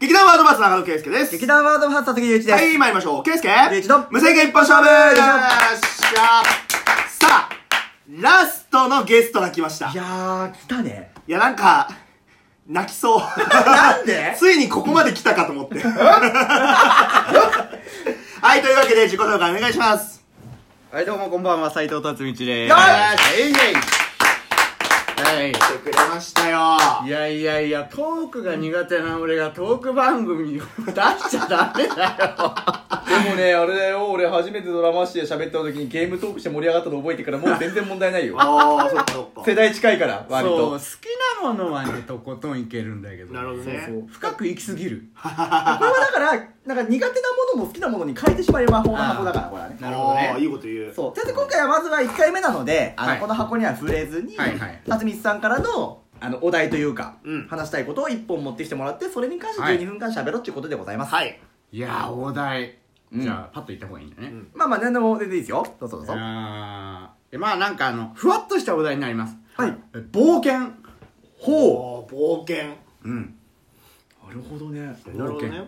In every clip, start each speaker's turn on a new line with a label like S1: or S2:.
S1: 劇団ワードバース長野圭介です。
S2: 劇団ワードファン佐々木隆一です。
S1: はい、参りましょう。圭介
S2: 隆一の
S1: 無制限一本勝負よ
S2: よ
S1: っ
S2: い
S1: し
S2: しょ
S1: ゃさあ、ラストのゲストが来ました。い
S2: いや
S1: や、
S2: ー、来たね。
S1: なんか、泣きそう。
S2: なんで
S1: ついにここまで来たかと思って。 はい、というわけで自己紹介お願いします。
S3: はい、どうもこんばんは、斉藤達道です。
S2: よ
S3: いはい
S1: 来てくれましたよ。。
S3: いやいやいや、トークが苦手な俺がトーク番組を出しちゃダメだよ。
S4: でもね、あれだよ、俺初めてドラマ誌で喋った時にゲームトークして盛り上がったの覚えてからもう全然問題ないよ
S1: ああ、そっかそっ
S4: 世代近いから、割
S3: そう、
S4: と。
S3: 好 きなものはね、とことんいけるんだけど。
S1: なるほどね
S3: そう深く行きすぎる。
S2: これはだから、なんか苦手なものも好きなものに変えてしまえば魔法の箱だから、これはね。
S3: なるほど
S1: あー
S3: ね。
S1: いいこと言う。
S2: そう。先生、今回はまずは1回目なので、あ
S3: は
S2: の、
S3: い
S2: この箱には触れずに、
S3: はいはい
S2: 辰巳さんからの、あの、お題というか、
S1: うん
S2: 話したいことを1本持ってきてもらって、それに関して
S3: はい
S2: 12分間喋ろうっていうことでございます。
S1: はい。
S3: いやー、お題。
S4: うん
S3: じゃあ、パッと行った方がいいんだね。
S2: まあまあ、何でも全然いいですよ。どうぞどうぞ。
S3: あーでまあなんかあの、ふわっとしたお題になります。
S2: はい。
S3: 冒険。ほう。
S1: おー冒険。
S3: うん。
S2: なるほどね。
S1: なるほどね。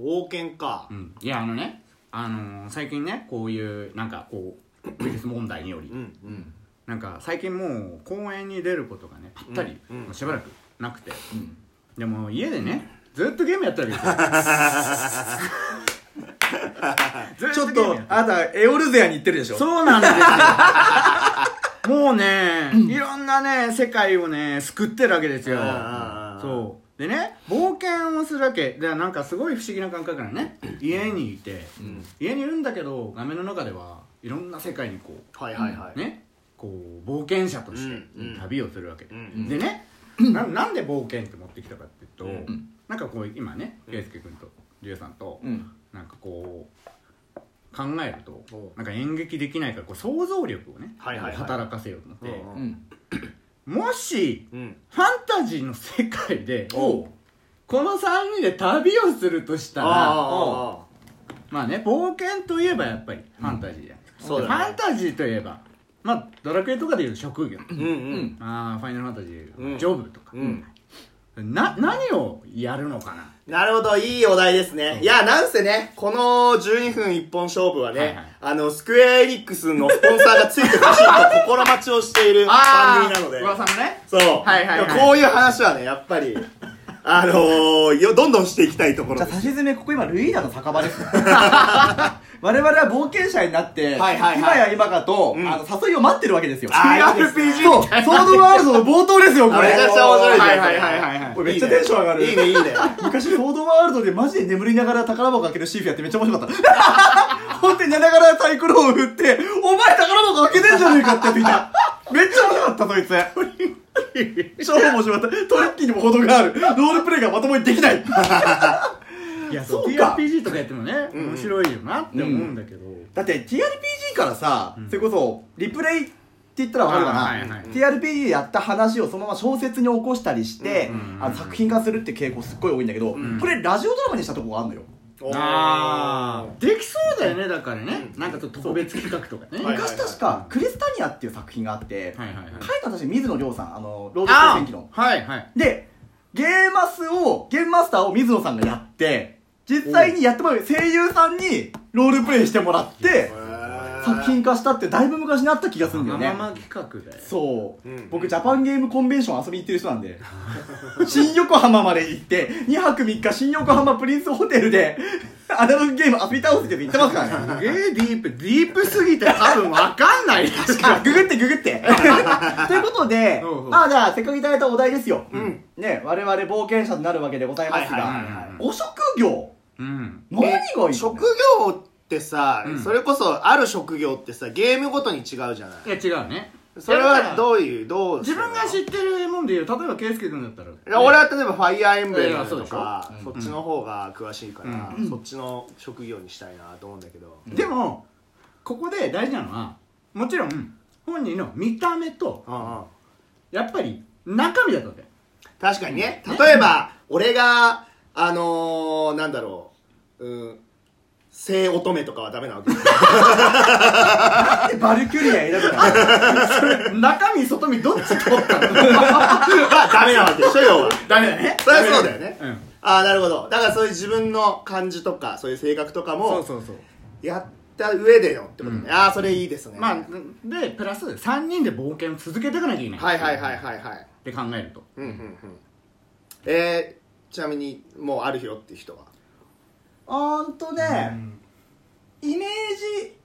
S1: 冒険か
S3: う。ん、いやあのね、あのー最近ねこういうなんかこうウイルス問題により、
S1: うん。
S4: うん。
S3: なんか最近もう公園に出ることがねぱったり、
S1: うんうん
S3: もうしばらくなくて、
S4: ん
S3: でも家でねずっとゲームやってるわけです
S4: ち
S3: よ
S4: ょっと
S3: ずゲームや、て
S4: あなた、エオルゼアに行ってるでしょ
S3: そうなんですよもうね、いろんなね世界をね救ってるわけですよ
S1: あー
S3: そうでね冒険をするわけでなんかすごい不思議な感覚なのね家にいて、
S4: ん
S3: 家にいるんだけど画面の中ではいろんな世界にこ
S1: はいはいは
S3: う
S1: い。
S3: ねこう冒険者として
S1: うんうん
S3: 旅をするわけ、
S1: うん
S3: でねななんで冒険って持ってきたかっていうと、
S1: うん
S3: なんかこう今ね圭介君と龍さんと、
S4: うん。
S3: なんかこう考えると
S1: おう
S3: なんか演劇できないからこう想像力をね、
S1: はいはいはい
S3: 働かせようと思って、
S1: うん
S4: うん。
S3: もし
S1: うん。
S3: ファンタジーの世界で
S1: おう
S3: この3人で旅をするとしたら
S1: あ
S3: まあね冒険といえばやっぱりファンタジーじゃないですか、
S1: そうだね
S3: ファンタジーといえばまあドラクエとかでいう職業
S1: あ。うんうん。
S3: ああファイナルファンタジー、
S1: うん
S3: ジョブとか、
S1: うん
S3: な何をやるのかな
S1: なるほど、いいお題ですね。いや、なんせね、この12分一本勝負はね、
S3: はいはい
S1: あの、スクエアエニックスのスポンサーがついてほしいと心待ちをしている番組なので。
S3: 噂のね
S1: そう。
S3: はいはいはい
S1: でもこういう話はね、やっぱり、あのー、よ、どんどんしていきたいとこ
S2: じ
S1: ろ
S2: ゃあ、
S1: で
S2: 差し
S1: す。
S2: 詰め、ここ今、ルイーダの酒場で すね。我々は冒険者になって、
S1: はいはいはい
S2: 今や今かと、
S1: うん
S2: あの誘いを待ってるわけですよ。
S1: あーいいですね
S2: TRPG そう、ソードワールドの冒頭ですよ、こ
S1: あ
S2: れ。
S1: めちゃくちゃ面白いじゃん。
S3: はいはいはいはいはい
S1: これ
S2: めっちゃテンション上がる
S1: いいね、いいね。
S2: 昔ソードワールドでマジで眠りながら宝箱開けるシーフやってめっちゃ面白かった。本当に寝ながらサイコロを振って、お前宝箱開けてんじゃねえかってやっていた。めっちゃ面白かった、そいつ。超面白かった。トリッキーにも程がある。ロールプレイがまともにできない。
S3: いやそう
S2: そうか
S3: TRPG とかやってもね面白いよなって思うんだけど、
S2: だって TRPG からさ、それこそリプレイって言ったらわかるかな、
S3: あーはいはい
S2: TRPG でやった話をそのまま小説に起こしたりして、
S3: うんうん
S2: あの作品化するって傾向すっごい多いんだけど、
S3: ん
S2: これラジオドラマにしたとこがあるのよ
S3: あ
S1: おー
S3: ーできそうだよねだからね、
S1: うん
S3: なんかちょっと特別企画とかね
S1: はい
S2: 昔確か「クリスタニア」っていう作品があって、
S3: はいはいはい
S2: 書いた私水野亮さんあの「ロード
S3: あ
S2: 戦
S3: ー
S2: 記の
S3: はいはい」
S2: でゲーマスをゲームマスターを水野さんがやって実際にやってもらう声優さんにロールプレイしてもらって作品化したってだいぶ昔にあった気がするんだよね
S3: ママ企画だよ
S2: そう、
S1: うん
S2: 僕ジャパンゲームコンベンション遊びに行ってる人なんで 新横浜まで行って2泊3日新横浜プリンスホテルで アナログゲーム遊び倒すって言ってますからね
S3: すげえディープディープすぎて多分わかんない確
S2: あググってググって ということで
S3: うんうん
S2: まあじゃあせっかくいただいたお題ですよ、
S1: ん
S2: ね我々冒険者になるわけでございますが、
S1: はいはいはい
S3: はい
S2: お職業
S3: うん
S2: 何がいいの
S1: え職業ってさ、
S3: うん
S1: それこそある職業ってさゲームごとに違うじゃない
S3: いや違うね
S1: それは
S3: う
S1: どういうどう
S3: 自分が知ってるもんで言う例えば圭介君だったら
S1: いや俺は例えばファイアーエンブレム
S3: いやそう
S1: と
S3: でし
S1: か
S3: ょ
S1: そっちの方が詳しいから、
S3: うん
S1: そっちの職業にしたいなと思うんだけど、
S3: でもここで大事なのはもちろん本人の見た目と
S1: うんうん
S3: やっぱり中身だったんだよ
S1: 確かにね
S3: うん
S1: 例えば俺があのー、なんだろううん性乙女とかはダメ なわけ
S2: なんでバルキュリア選ぶか
S3: 中身外身どっち取ったの
S1: はダメなわけでしょ要は
S3: ダメだね
S1: そりゃそうだよね
S3: うん
S1: ああなるほどだからそういう自分の感じとかそういう性格とか
S3: そう
S1: も
S3: そうそう
S1: やった上でよってことね、
S3: うん
S1: ああそれいいですね
S3: まあでプラス3人で冒険を続けていかなきゃいけない
S1: はいはいはいはいはい
S3: って考えると
S1: うんうんうんえー、ちなみにもうある日よっていう人は
S2: あんとね、イメージ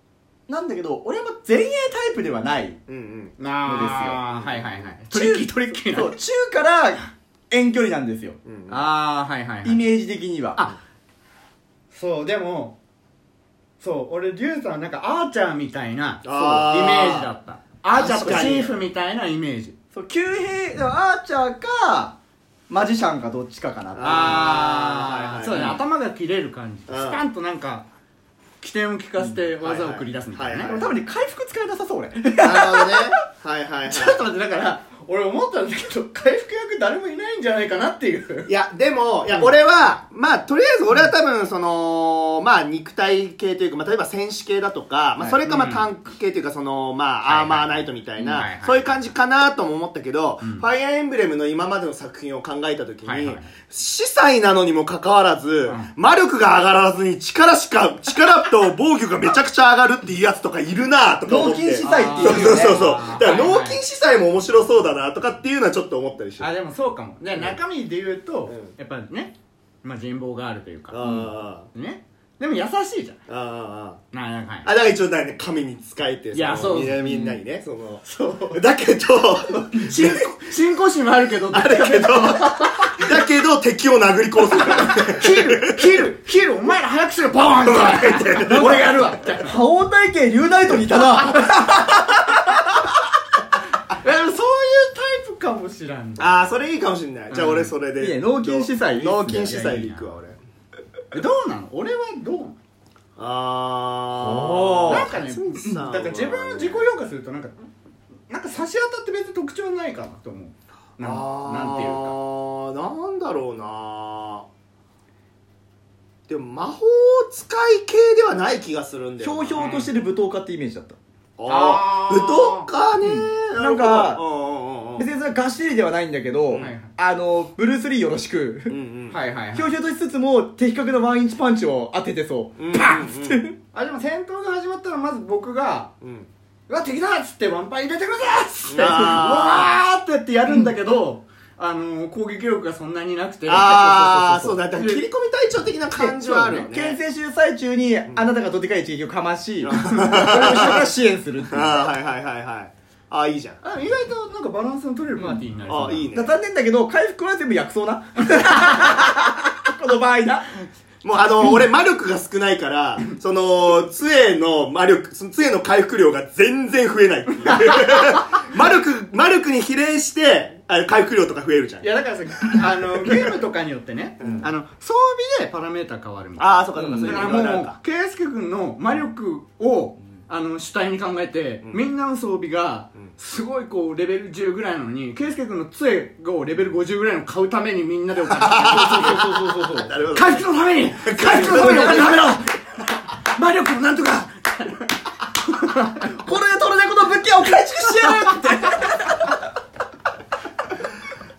S2: なんだけど俺は前衛タイプではない
S1: うんうん
S3: ああはいはいはいトリッキートリッキーな
S2: そう中 から遠距離なんですよ
S1: うん
S3: ああはいはいはい
S2: イメージ的には
S3: あそうでもそう俺リュウさんはなんかあーちゃんみたいなそうイメ
S1: あー
S3: ージだったあーちゃんと
S1: 確
S3: か
S1: か
S3: チ
S1: に
S3: ーフみたいなイメージ
S2: そう旧兵アーチャーかマジシャンかどっちかかなって
S1: あーはいはいはい
S3: そうだね頭が切れる感じス
S1: うん
S3: パンとなんか起点を利かせて技を繰り出すみたいな
S1: はい
S2: で
S1: は
S2: も
S1: い
S3: ね
S2: 多分ね回復使えなさそう俺
S1: なるほどねはいはいはい
S3: ちょっと待ってだから俺思ったんだけど回復役誰もいないんじゃないかなっていう
S1: いや、でも、いや、俺は、まあ、とりあえず俺は多分、その、まあ、肉体系というか、まあ、例えば戦士系だとか、まあ、それか、まあ、
S3: うん
S1: タンク系というか、その、ま
S3: はいは
S1: あ、
S3: い
S1: アーマーナイトみたい
S3: うんはいはい
S1: な、そういう感じかなとも思ったけど、
S3: ん
S1: ファイアーエンブレムの今までの作品を考えたとき
S3: はいは
S1: に
S3: い、
S1: 司祭なのにもかかわらず
S3: ん、
S1: 魔力が上がらずに、力しか、力と防御がめちゃくちゃ上がるっていうやつとかいるなとか思
S2: 脳
S1: って。
S2: 筋司祭って
S1: そう
S2: いう
S1: そ
S2: よ
S1: う
S2: ね
S1: そうそう。だから、
S3: はいはい
S1: 脳筋司祭も面白そうだなとかっていうのはちょっと思ったりして。
S3: あでもそうかもで中身で言うと、
S1: うん
S3: やっぱね、まあ、人望があるというか、
S1: あー
S3: ねでも優しいじゃん
S1: あー、ああ。
S3: ななんかはい
S1: あだから一応だよね神に仕えて
S3: いや
S1: の
S3: そう
S1: みん
S3: そ
S1: な
S3: う
S1: みんなにね、そのだけど
S3: 信 信仰心はあるけど
S1: あるけどだけど敵を殴り殺すみたいな
S3: 切る切る切るお前ら早くしろボーンって俺がやるわって
S2: 覇王体系リュウナイトにい たな
S3: そういうタイプかもしらんど
S1: ああそれいいかもしんない、じゃあ俺それで
S2: いいね脳筋司祭いいっすね
S1: 脳筋司祭でいくわ俺
S3: うなの俺はどうなの
S1: あ
S2: お
S1: あ
S2: ー
S3: なんかね
S1: だ
S3: だから自分の自己評価するとなんかなんか差し当たって別に特徴ないかなと思うなんなんていうか
S1: うかなんだろうなでも魔法使い系ではない気がするんだ
S2: ひ
S1: よ
S2: ょうひょうとしてる舞踏家ってイメージだった
S1: あ
S3: あ
S1: あ
S3: ー
S1: 武闘家ね、
S2: うん
S1: るほど
S2: なんか
S1: うんうんうんうん
S2: 別にそれはがっしりではないんだけど、
S1: はい
S3: はい
S2: あのブルース・リーよろしく
S1: うんうん
S3: はいはいはい
S2: ひょうひょうとしつつも的確なワンインチパンチを当ててそう
S1: パンっつって、
S3: あでも戦闘が始まったらまず僕が
S1: うん
S3: 「うわ敵だ!」っつって「ワンパン入れてくるぞ!」っつって「う
S1: あ
S3: わ!」ってやってやるんだけど、あの攻撃力がそんなになくて
S1: あーそうだだ
S3: で
S1: から切り込み隊長的な感じはあるよね
S2: 牽制してる最中に、あなたがどでかい一撃をかまし、
S1: ん
S2: それを後ろから支援する っていう。
S1: あーはいはいはいはいあーいいじゃん
S3: あ意外となんかバランスの取れるパーティーになりそう
S1: あいいね
S2: だ残念だけど、回復は全部薬草な。 この場合な。
S1: もうあの俺魔力が少ないからその杖の魔力その杖の回復量が全然増えないっていう魔力魔力に比例してあ回復量とか増えるじゃん
S3: いやだからさあのゲームとかによってね、あの装備でパラメータ変わるみたいな
S1: ああそうかそうか、
S2: うん
S1: そ
S3: だ
S1: れ
S3: から
S1: いろいろあ
S3: も
S1: る
S3: う圭介君の魔力を、あの主体に考えて、みんなの装備がすごいこうレベル10ぐらいなのに圭介君の杖をレベル50ぐらいの買うためにみんなでお金
S2: そうそうそうそう。
S1: なるほ ど
S3: 回復のた めに回復のためにお金貯めろ魔力もなんとか
S2: これでトルネコの武器を改築してやるって。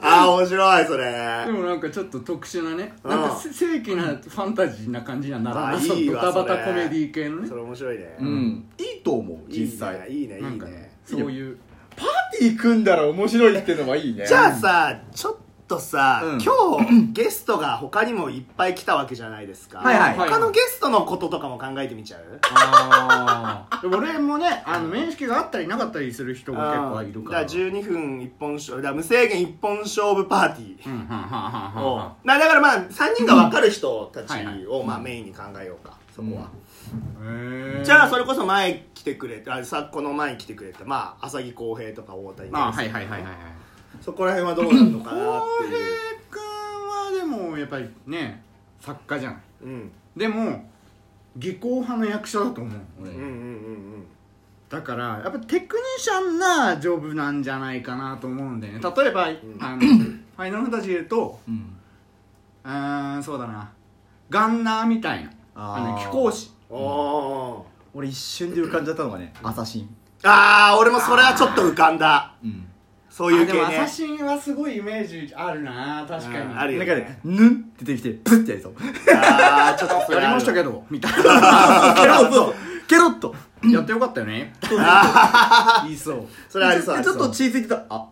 S1: ああ面白いそれ
S3: でもなんかちょっと特殊なねなんかせ正規なファンタジーな感じにはなら
S1: あ
S3: ない
S1: ーいい
S3: ド
S1: わ
S3: タバタ
S1: そ
S3: コ
S1: れ
S3: メディ系のね
S1: それ面白いね、
S2: うん。いいと思う、
S1: いいね
S2: 実際。
S1: いいねいい
S3: な
S1: ね
S3: んかねそういう
S2: パーティー組んだら面白いってのはいいね。
S1: じゃあさちょっとさ、
S2: うん
S1: 今日ゲストが他にもいっぱい来たわけじゃないですか、
S2: はいはい
S1: 他のゲストのこととかも考えてみちゃう
S3: あー俺もねあの面識があったりなかったりする人が結構いるから
S1: だから12分一本勝負だから無制限一本勝負パーティー
S3: うんはんはんはんはんはん
S1: をなだからまあ3人が分かる人たち
S3: はいはい
S1: をまあメインに考えようかそこは、
S3: へー
S1: じゃあそれこそ前来てくれたあさこの前に来てくれたまあ浅木浩平とか太田
S3: あ
S1: 稲
S3: はいはいはいはいはい
S1: そこら辺はどうなるのかなっ
S3: 浩
S1: て
S3: 平
S1: いう
S3: 君はでもやっぱりね作家じゃない
S1: うん
S3: でも技巧派の役者だと思う俺
S1: うんうんうん
S3: だからやっぱテクニシャンなジョブなんじゃないかなと思うんでね例えば、あのファイナルファンタジーで言うと
S2: うん。
S3: うーんそうだなガンナーみたいなあの
S2: あー
S3: 貴公子
S1: うんおー
S2: 俺一瞬で浮かんじゃったのがね、アサシン。
S1: ああ俺もそれはちょっと浮かんだ
S2: うん。
S1: そういう
S3: あ
S1: 系
S3: でも
S1: ね
S3: 朝シンはすごいイメージあるな確かに
S1: あるよ
S2: なんかね
S1: ね、
S2: ぬんって出てきて、プッてやり そう。
S1: あーちょっとそれ
S3: や
S1: ある
S3: りましたけどみたい な
S2: ケロッと、ケロッと。
S3: やってよかったよね 言いそう
S1: それありそうあ
S2: で
S1: り
S2: ち
S1: そ
S2: ょ
S1: う
S2: っと血ついてた。あ、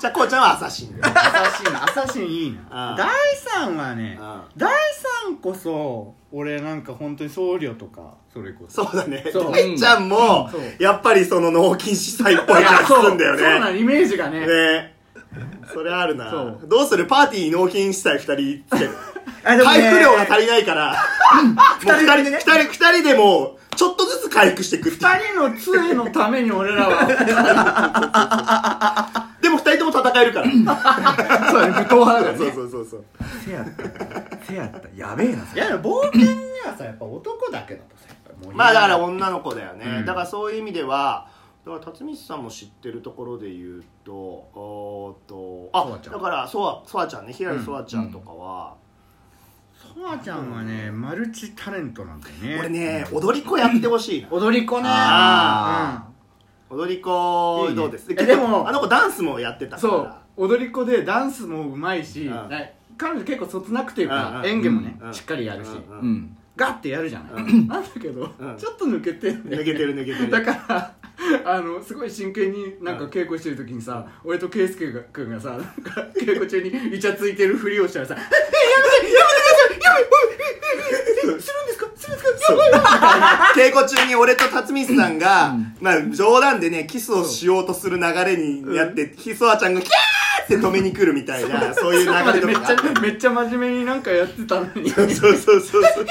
S1: じゃあこうちゃんは朝シンだよ
S3: 朝シン朝シンいい
S1: ああ
S3: な第3はね
S1: ああ
S3: 第3こそ俺なんか本当に僧侶とかそれこそ
S1: そうだね
S3: そう
S1: めっちゃんも
S3: うんそう
S1: やっぱりその脳筋司祭っぽい感じするんだよね
S3: そうなのイメージがね
S1: ねそれあるな
S3: そう
S1: どうするパーティーに納品したい2人つける
S2: あでもね
S1: 回復量が足りないからもう
S2: 二人
S1: 二
S2: でね
S1: 人二人二人でもうちょっとずつ回復していくっていう
S3: 二人の杖のために俺らは
S1: でも2人とも戦えるから
S3: そうだね武闘派だから
S1: そう
S3: ね
S1: そうそうそう
S2: 手やった。手やった。やべえな、そ
S3: い
S2: れ。
S3: やでも冒険にはさやっぱ男だけだとさやっぱ盛り上がる
S1: まあだから女の子だよね、
S3: うん
S1: だからそういう意味ではだから辰巳さんも知ってるところで言うとおーっと
S3: ソワ
S1: あ
S3: ちゃん
S1: だからソワソワちゃんね平井ソワちゃんとかは、
S3: ソワちゃんはねマルチタレントなんだよね
S1: 俺ね踊り子やってほしいな
S3: 踊り子ね
S1: あ踊り子
S3: いいね
S1: どうです
S3: えでも
S1: あの子ダンスもやってた
S3: うん
S1: か
S3: そう
S1: ら
S3: 踊り子でダンスもうまいし
S1: うん
S3: ね彼女結構そつなくていう
S1: うん
S3: か
S1: うん
S3: 演技もね
S1: うん
S3: しっかりやるし
S1: うんうん
S2: うん。
S3: ガッてやるじゃない
S1: うん
S3: なんだけど
S1: うん
S3: ちょっと抜けてんだよね
S1: 抜けてる抜けてる
S3: だからあのすごい真剣になんか稽古してる時にさ、俺と圭佑が君がさなんか稽古中にイチャついてるふりをしたらさ「えやめてやめてくださいやめてえええええするんですかするんですかやばい!」
S1: 稽古中に俺と辰巳さんが、まあ冗談でねキスをしようとする流れになって、ひそあちゃんがキャーって止めに来るみたい なそういう
S3: なんか
S1: 流
S3: ね
S1: れ
S3: めっ
S1: と
S3: ち
S1: かが
S3: ゃめっちゃ真面目になんかやってたのに
S1: そうそうそうそうそう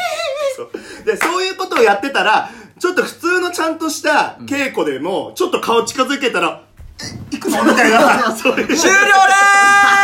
S1: でそういうことをやってたらちょっと普通のちゃんとした稽古でも、ちょっと顔近づけたら「え行くぞ」みたいなそういう
S2: 終了でー